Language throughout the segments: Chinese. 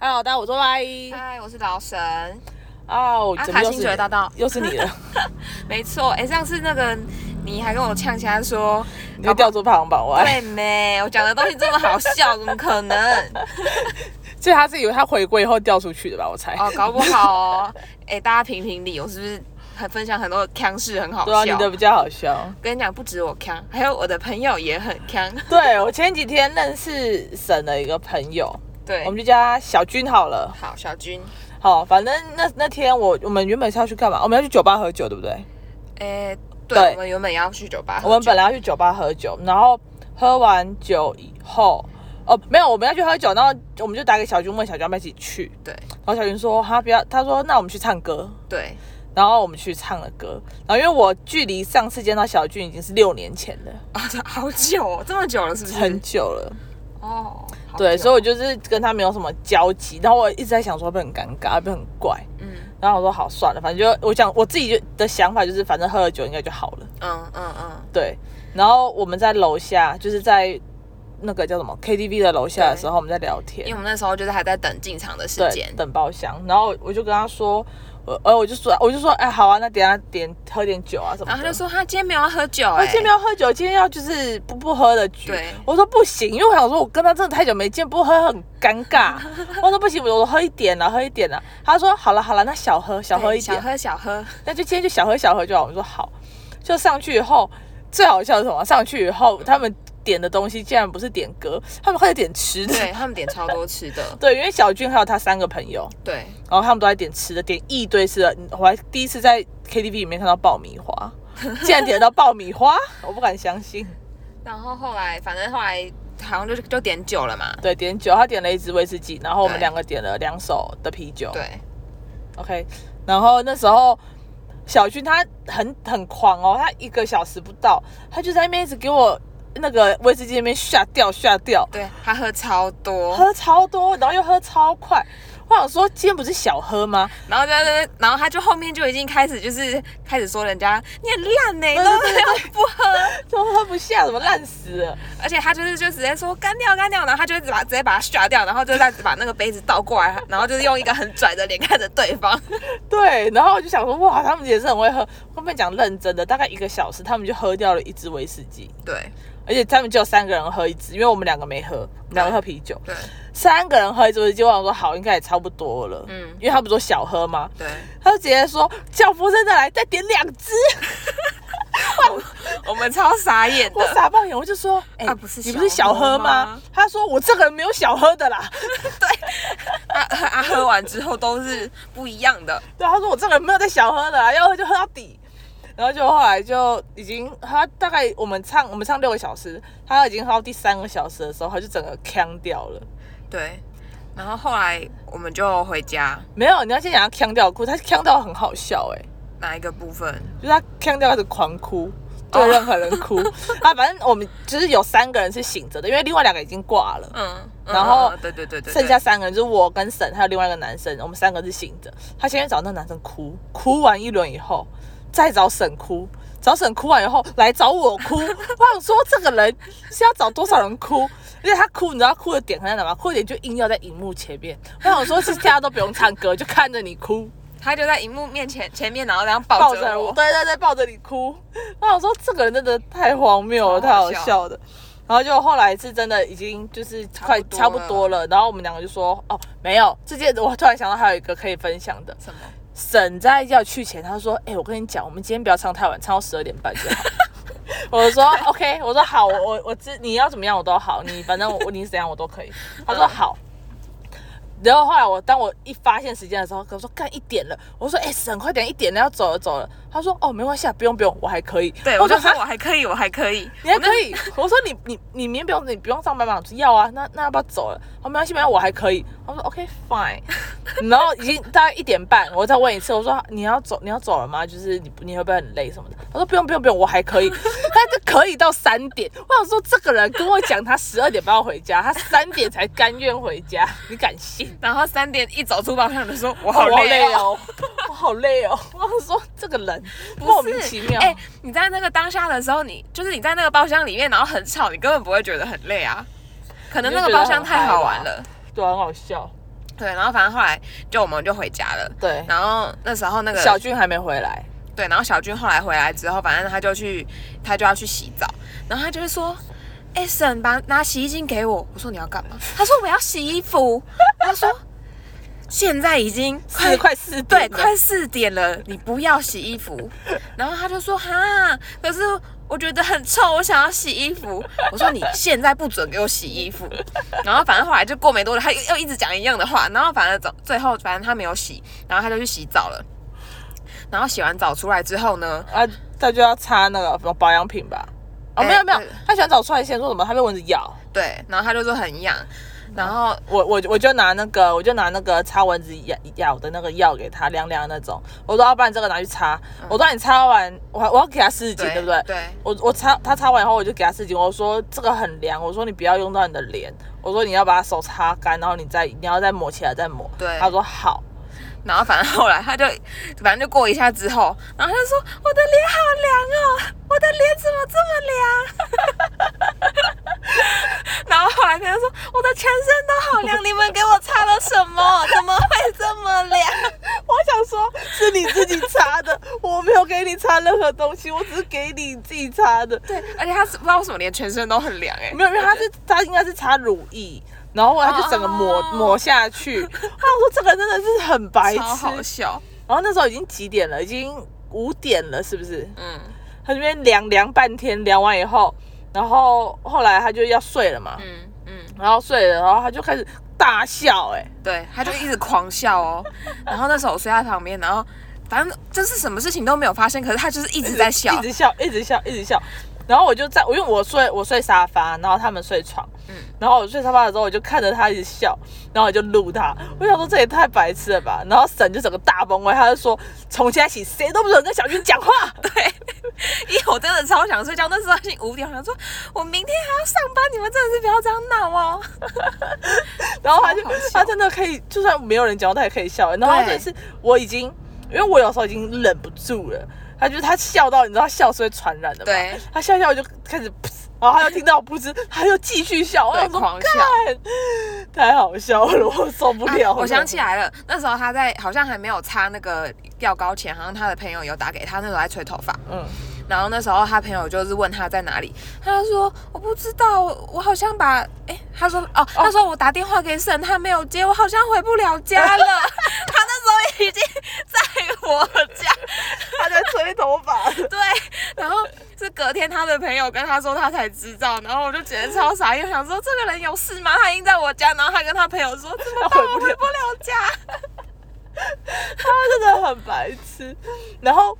Hello，大家好，我是 Y。嗨，我是老神，哦，阿怎么啊卡又星是球的大道，又是你 了？没错。哎、上次那个你还跟我呛起 来说，你又掉出排行榜外。对没？我讲的东西这么好笑，怎么可能？所以他是以为他回归以后掉出去的吧？我猜。哦，搞不好哦。 哎、大家评评理，我是不是还分享很多腔事，很好对啊，笑？你的比较好笑。跟你讲，不止我腔，还有我的朋友也很腔。对我前几天认识沈的一个朋友， 对我，们就叫他小军好了。好，小军，好，反正那那天我我们原本是要去干嘛？我们要去酒吧喝酒，对不对？哎、对对，我们原本也要去酒吧喝酒，我们本来要去酒吧喝酒，然后喝完酒以后，哦，没有，我们要去喝酒，然后我们就打给小军问小军要不要一起去，对然后小军说他不要，他说那我们去唱歌，对 然后我们去唱了歌，然后因为我距离上次见到小军已经是六年前了，啊，好久、哦，这么久了，是不是？很久了，哦，好对，久所以我就是跟他没有什么交集，然后我一直在想说会不会很尴尬，会不会很怪，嗯然后我说好算了，反正就我想我自己就的想法就是反正喝了酒应该就好了，嗯嗯嗯，对，然后我们在楼下就是在那个叫什么 KTV 的楼下的时候我们在聊因为天我，们那时候就是还在等进场的时对间，，等包厢，然后我就跟他说。我呃，我就说，我就说，哎，好啊，那等一下点喝点酒啊什么的。然后他就说他今天没有要喝酒、欸，哦哎我今天没有喝酒，今天要就是不不喝的局对。我说不行，因为我想说我跟他真的太久没见，不喝很尴 尬。我说不行，我说喝一点啊啦，喝一点啦。他说好了好了，那小喝小对喝一小点，喝 小喝，那就今天就小喝小喝就好。我说好，就上去以后最好笑的是什么？上去以后他们点的东西竟然不是点歌，他们开始点吃的。对他们点超多吃的， 对，因为小军还有他三个朋友，对，然后他们都在点吃的，点一堆吃的。我还第一次在 KTV 里面看到爆米花，竟然点得到爆米花，我不敢相信。然后后来反正后来好像就就点酒了嘛，对，点酒，他点了一支威士忌，然后我们对两个点了两手的啤酒。对， ，OK。然后那时候小军他很很狂哦，他一个小时不到，他就在那边一直给我那个威士忌那边下掉下掉，对他喝超多，喝超多，然后又喝超快。我想说，今天不是小喝吗？然后就在那边然后他就后面就已经开始就是开始说人家你很烂呢、欸，都没有不喝，怎么喝不下？怎么烂死了？而且他就是就直接说干掉干掉，然后他就直把直接把它刷掉，然后就再把那个杯子倒过来，然后就是用一个很拽的脸看着对方，对，然后我就想说，哇，他们也是很会喝。后面讲认真的，大概一个小时，他们就喝掉了一支威士忌，对而且他们只有三个人喝一支，因为我们两个没喝，我们两个喝啤酒。对三个人喝一支威士忌，我想说好，应该也差不多了。嗯嗯，因为他不是说小喝吗？对，他就直接说叫服务生再来再点两 支，我们超傻眼 我的，傻爆眼，我就说，哎、啊不是你不是小喝小喝吗吗？他说我这个人没有小喝的啦， 他他啊喝完之后都是不一样的，对，他说我这个人没有在小喝的啦，要喝就喝到底。然后就后来就已经他大概我们唱我们唱六个小时，他已经喝到第三个小时的时候，他就整个呛掉了。对。然后后来我们就回家，没有，你要先讲他呛掉哭，他呛到很好笑哎、哪一个部分？就是他腔调开始狂哭，哦对任何人 哭啊，反正我们就是有三个人是醒着的，因为另外两个已经挂了。嗯，嗯然后嗯对对对对，对剩下三个人就是我跟沈还有另外一个男生，我们三个是醒着。他先去找那男生哭，哭完一轮以后，再找沈哭，找沈哭完以后来找我 哭。我想说这个人是要找多少人哭？而且他哭，你知道他哭的点很在哪吗？哭的点就硬要在荧幕前面。我想说，是大家都不用唱歌，就看着你哭。他就在荧幕面前前面，然后这样抱抱着着我，我，对对对，抱着你 哭。我想说这个人真的太荒谬了，超太好好笑笑了。然后就后来是真的已经就是快差差不不多多了了，然后我们两个就说哦没有，这件我突然想到还有一个可以分享的，什么？沈在要去前他说哎、我跟你讲，我们今天不要唱太晚，唱到十二点半就好。 我说 OK，我说好，我我我知你要怎么样我都好，你反正我 你怎样我都可以。他嗯说好，然后后来我当我一发现时间的时候，跟我说干一点了，我说哎、沈快点一点了要走了走了。他说哦没关系啊，不用不用，我还可以。对，我我说就说哈我还可以，我还可以，你还可以。 我说你你你明天不用你不用上班吗？我说要啊，那那要不要走了？哦没关系没关系，我还可以。他说 OK fine，然后已经大概一点半，我再问一次，我说你要走你要走了吗？就是你你会不会很累什么的？他说不用不用不用，我还可以。 他就可以到三点。我想说这个人跟我讲他十二点半要回家，他三点才甘愿回家，你敢信？然后三点一走出包厢，就说我我好好累累哦。哦，我好累哦。我想说这个人不莫是名其妙。哎、你在那个当下的时候，你就是你在那个包厢里面，然后很吵，你根本不会觉得很累啊。可能那个包厢太好玩了，对啊，很好笑。对，然后反正后来就我们就回家了。对，然后那时候那个小俊还没回来，对，然后小军后来回来之后，反正他就去，他就要去洗澡，然后他就会说：“哎、沈，把拿洗衣精给我。”我说：“你要干嘛？”他说：“我要洗衣服。”他说：“现在已经快四快四对点了快四点了，你不要洗 衣服。”然后他就说：“哈，可是我觉得很臭，我想要洗衣服。” 我说：“你现在不准给我洗衣服。”然后反正后来就过没多久，他又又一直讲一样的话，然后反正总最后反正他没有洗，然后他就去洗澡了。然后洗完澡出来之后呢，啊，他就要擦那个保养品吧？哦，哎没有没有对，他喜欢找出来先说什么？他被蚊子咬，对，然后他就说很痒，然后我我我就拿那个我就拿那个擦蚊子咬咬的那个药给他凉凉的那种，我说要不然这个拿去擦，我说你擦完我还我要给他湿嗯纸巾，对不对？对，我我擦他擦完以后我就给他湿纸巾，我说这个很凉，我说你不要用到你的脸，我说你要把手擦干，然后你再你要再抹起来再抹。对他说好，然后反正后来他就反正就过一下之后，然后他就说我的脸好凉哦，我的脸怎么这么凉？ 然后后来他就说我的全身都好凉，你们给我擦了什么？怎么会这么凉？我想说是你自己擦 的，我没有给你擦任何东西，我只是给你自己擦的。对，而且他是不知道为什么连全身都很凉哎、没有，因为他是他应该是擦乳液，然后他就整个抹、哦抹下 去。他说这个真的是很白痴。超好笑，然后那时候已经几点了？已经五点了，是不是？嗯，他这边量量半天，量完以后，然后后来他就要睡了嘛，嗯嗯，然后睡了，然后他就开始大笑、哎，对，他就一直狂笑哦。然后那时候我睡在旁边，然后反正就是什么事情都没有发生，可是他就是一直在笑 一。直笑，一直笑，一直笑。然后我就在我因为我睡我睡沙发，然后他们睡床，嗯然后我睡沙发的时候，我就看着他一直笑，然后我就录他。我想说这也太白痴了吧！然后沈就整个大崩溃，他就说从现在起谁都不准跟小军讲话。 因为我真的超想睡觉，那时候已经五点，我想说我明天还要上班，你们真的是不要这样闹哦。然后他就超好笑他真的可以，就算没有人讲，他也可以笑。然后他对就是我已经，因为我有时候已经忍不住了，他就是他笑到你知道笑是会传染的嘛，对，他笑一笑我就开始噗嗤，然后他又听到我噗嗤，他又继续笑，我对想 说狂笑干太好笑了，我受不了了、啊我想起来了，那时候他在好像还没有擦那个药膏前，好像他的朋友有打给他，那时候在吹头发，嗯，然后那时候他朋友就是问他在哪里，他就说我不知道，我我好像把哎，他说哦，他说我打电话给沈，他没有接，我好像回不了家 了。他那时候已经在我家，他在吹头发，对， 然后是隔天他的朋友跟他说他才知道，然后我就觉得超傻眼，想说这个人有事吗？他已经在我家，然后他跟他朋友说怎他么回我不回了，不了 家。他真的很白痴。然后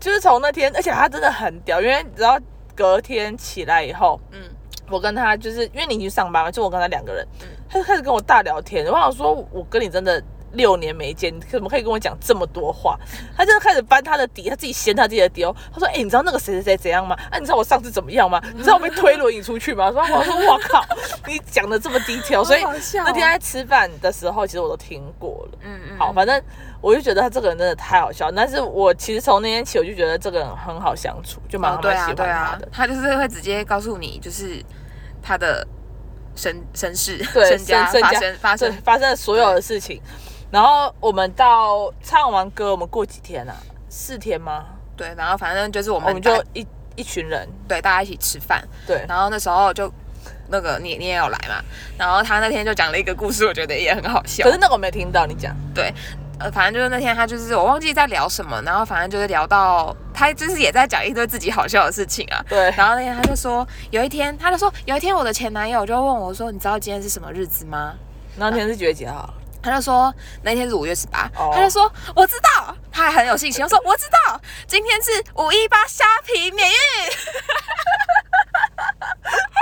就是从那天，而且他真的很屌，因为你知道隔天起来以后，嗯，我跟他就是因为你已经上班了，就我跟他两个人嗯，他就开始跟我大聊天。我想说，我跟你真的六年没见，你怎么可以跟我讲这么多话？他就开始翻他的底，他自己掀他自己的底哦。他说：“哎、你知道那个谁谁谁怎样吗？啊，你知道我上次怎么样吗？你知道我被推轮椅出去吗？”我说：“我说我靠，你讲的这么低调。”所以好好笑哦那天在吃饭的时候，其实我都听过了。嗯嗯，好，反正我就觉得他这个人真的太好笑。但是我其实从那天起，我就觉得这个人很好相处，就蛮哦，对蛮喜啊欢对他啊的，。他就是会直接告诉你，就是他的身身世、对身家身身发家生发对，生，发生了所有的事情。然后我们到唱完歌，我们过几天啊？四天吗？对，然后反正就是我我们们就大一一群人，对大家一起吃饭，对，然后哎那时候就那个你你也有来嘛，然后他那天就讲了一个故事，我觉得也很好笑可。是那个我没听到你讲，对，呃，反正就是那天他就是我忘记在聊什么，然后反正就是聊到他就是也在讲一堆自己好笑的事情啊。对然后那天他就说，有一天他就说，有一天我的前男友就问我说，你知道今天是什么日子吗？然后今天是几月几号？他就说那天是五月十八、哦他就说我知道，他还很有信心，他说我知道，今天是五一八虾皮免 运，超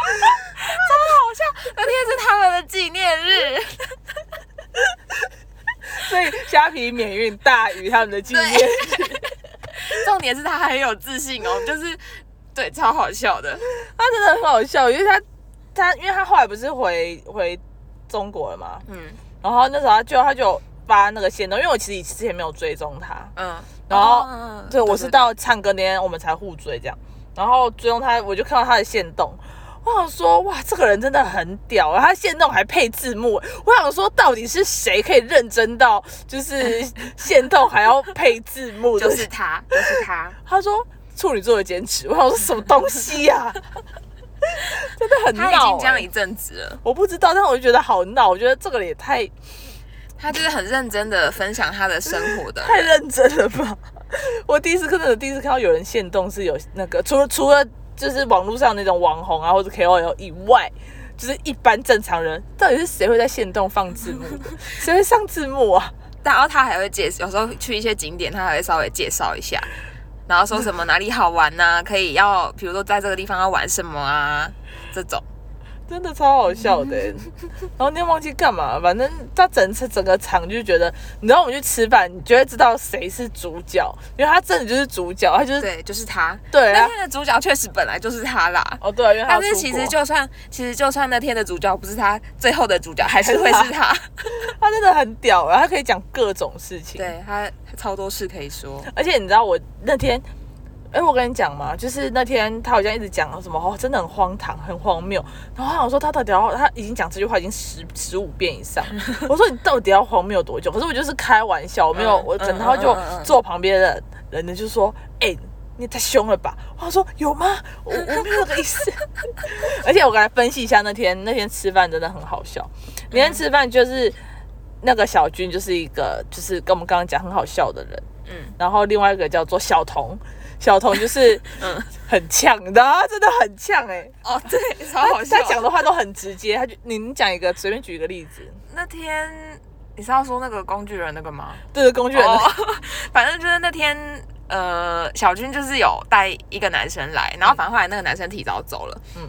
好笑，那天是他们的纪念日，所以虾皮免运大于他们的纪念对。重点是他很有自信哦，就是对，超好笑的， 他真的很好笑，因为他他因为他后来不是回回中国了嘛，嗯然后那时候他就他就发那个线动，因为我其实之前没有追踪他，嗯，然后哦对，我是到唱歌那天我们才互追这样，然后追踪他，我就看到他的线动，我想说，哇，这个人真的很屌啊！他现动还配字幕，我想说，到底是谁可以认真到，就是现动还要配字幕？ 就的？是他，就是 他，他说处女座的坚持，我想说什么东西呀、 真的很他已闹、经这样欸一阵子了。我不知道，但我就觉得好闹，我觉得这个也太他就是很认真的分享他的生活 的人，太认真了吧！ 我第一次看到，第一次看到有人现动是有那个，除了除了就是网络上那种网红啊或者 KOL 以外，就是一般正常人，到底是谁会在现动放字 幕的？谁会上字幕啊？然后他还会介，有时候去一些景点，他还会稍微介绍一下，然后说什么哪里好玩呐、可以要，比如说在这个地方要玩什么啊，这种。真的超好笑的欸、然后你又忘记干嘛，反正他整次整个场就觉得，你知道我们去吃饭，你就会知道谁是主角，因为他真的就是主角，他就是对，就是他。对那啊，天的主角确实本来就是他啦。哦对啊，因为他但有是出其国实就算其实就算那天的主角不是他，最后的主角还是会是他。 他真的很屌啊，他可以讲各种事情，对他他超多事可以说，而且你知道我那天，哎、我跟你讲嘛，就是那天他好像一直讲什么，哦，真的很荒唐，很荒谬。然后我想说他到底要，他已经讲这句话已经十十五遍以上了。我说你到底要荒谬多久？可是我就是开玩笑，我没有，嗯我整嗯套嗯就嗯嗯坐我旁边的人呢就说，哎、你也太凶了吧！我想说有吗？我我没有那个意思。 而且我给他分析一下那天那天吃饭真的很好笑。嗯那天吃饭就是那个小军就是一个就是跟我们刚刚讲很好笑的人，嗯，然后另外一个叫做小童，小童就是嗯很呛的啊，真的很呛哎、哦，对，超他好笑。他讲的话都很直接，他就你你讲一个，随便举一个例子，那天你是要说那个工具人那个吗？对着工具人，哦， 反正就是那天，呃，小军就是有带一个男生来，然后反正后来那个男生提早走了，嗯嗯，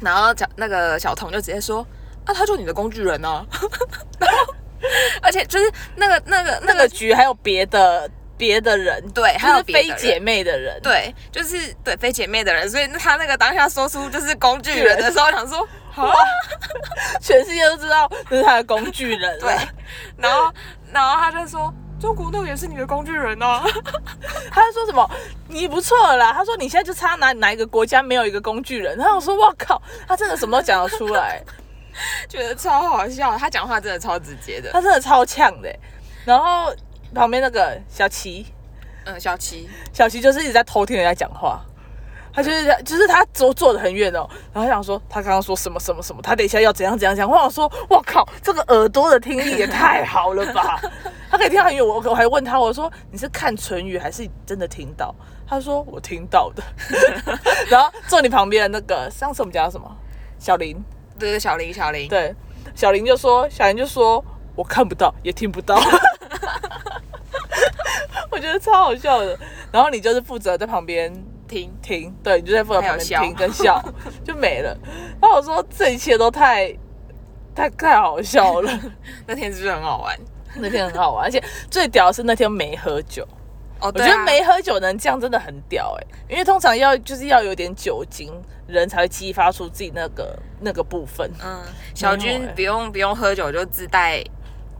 然后小那个小童就直接说，啊，他就你的工具人啊， 然后而且就是那个那个那 那个个，局还有别的别的人，对，还他有是非别的人姐。妹的人，对，就是对非姐妹的人，所以他那个当下说出就是工具人的时候，我想说啊，全世界都知道这是他的工具人了， 对，然后然后他就说中国那个也是你的工具人啊，他就说什么你不错啦，他说你现在就差哪哪一个国家没有一个工具人，然后我说我靠，他真的什么都讲得出来，觉得超好笑，他讲话真的超直接的。他真的超呛的欸、然后旁边那个小琪。嗯，小七，小琪就是一直在偷听人家讲话，他就是在就是他坐坐的很远哦，然后想说他刚刚说什么什么什么，他等一下要怎样怎样讲。我想说，我靠，这个耳朵的听力也太好了吧！ 他可以听到很远，我我还问他，我说你是看唇语还是真的听到？他说我听到的。 然后坐你旁边的那个，上次我们讲到什么？小林，对对，小林，小林，对，小林就说，小林就说我看不到，也听不到。 我觉得超好笑的，然后你就是负责在旁边听，听，对，你就在负责旁还有边笑听跟笑， 就没了。然后我说这一切都太太太好笑了，那天是不是很好玩？那天很好玩，而且最屌的是那天没喝酒，哦，我对、觉啊，得没喝酒能这样真的很屌哎、因为通常要就是要有点酒精，人才会激发出自己那个那个部分。嗯，小没有军欸不用、不用喝酒就 自带，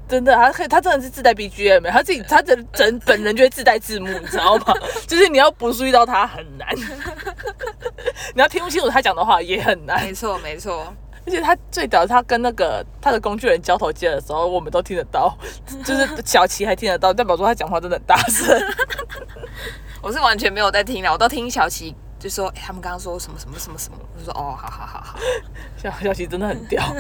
真的，他可以，他真的是自带 BGM，欸他自己他整整本人就会自带字幕，你知道吗？ 就是你要不注意到他很难， 你要听不清楚他讲的话也很难。没错没错，而且他最屌，他跟那个他的工具人交头接耳的时候，我们都听得到，就是小琪还听得到，代表说他讲话真的很大声。 我是完全没有在听了，我都听小琪就说，哎、他们刚刚说什么什么什么什么，我就说哦，好好好好，小小琪真的很屌。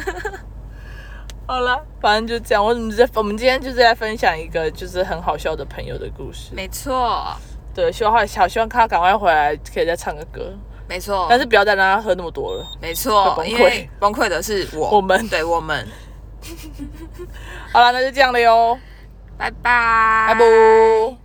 好了，反正就这样。我们在我们今天就是在分享一个就是很好笑的朋友的故事。没错对，希望他好希望他赶快回来，可以再唱个歌。没错，但是不要再让他喝那么多了。没会错，崩溃因为崩溃的是我，我们对我们，好了，那就这样了哟，拜拜，拜拜。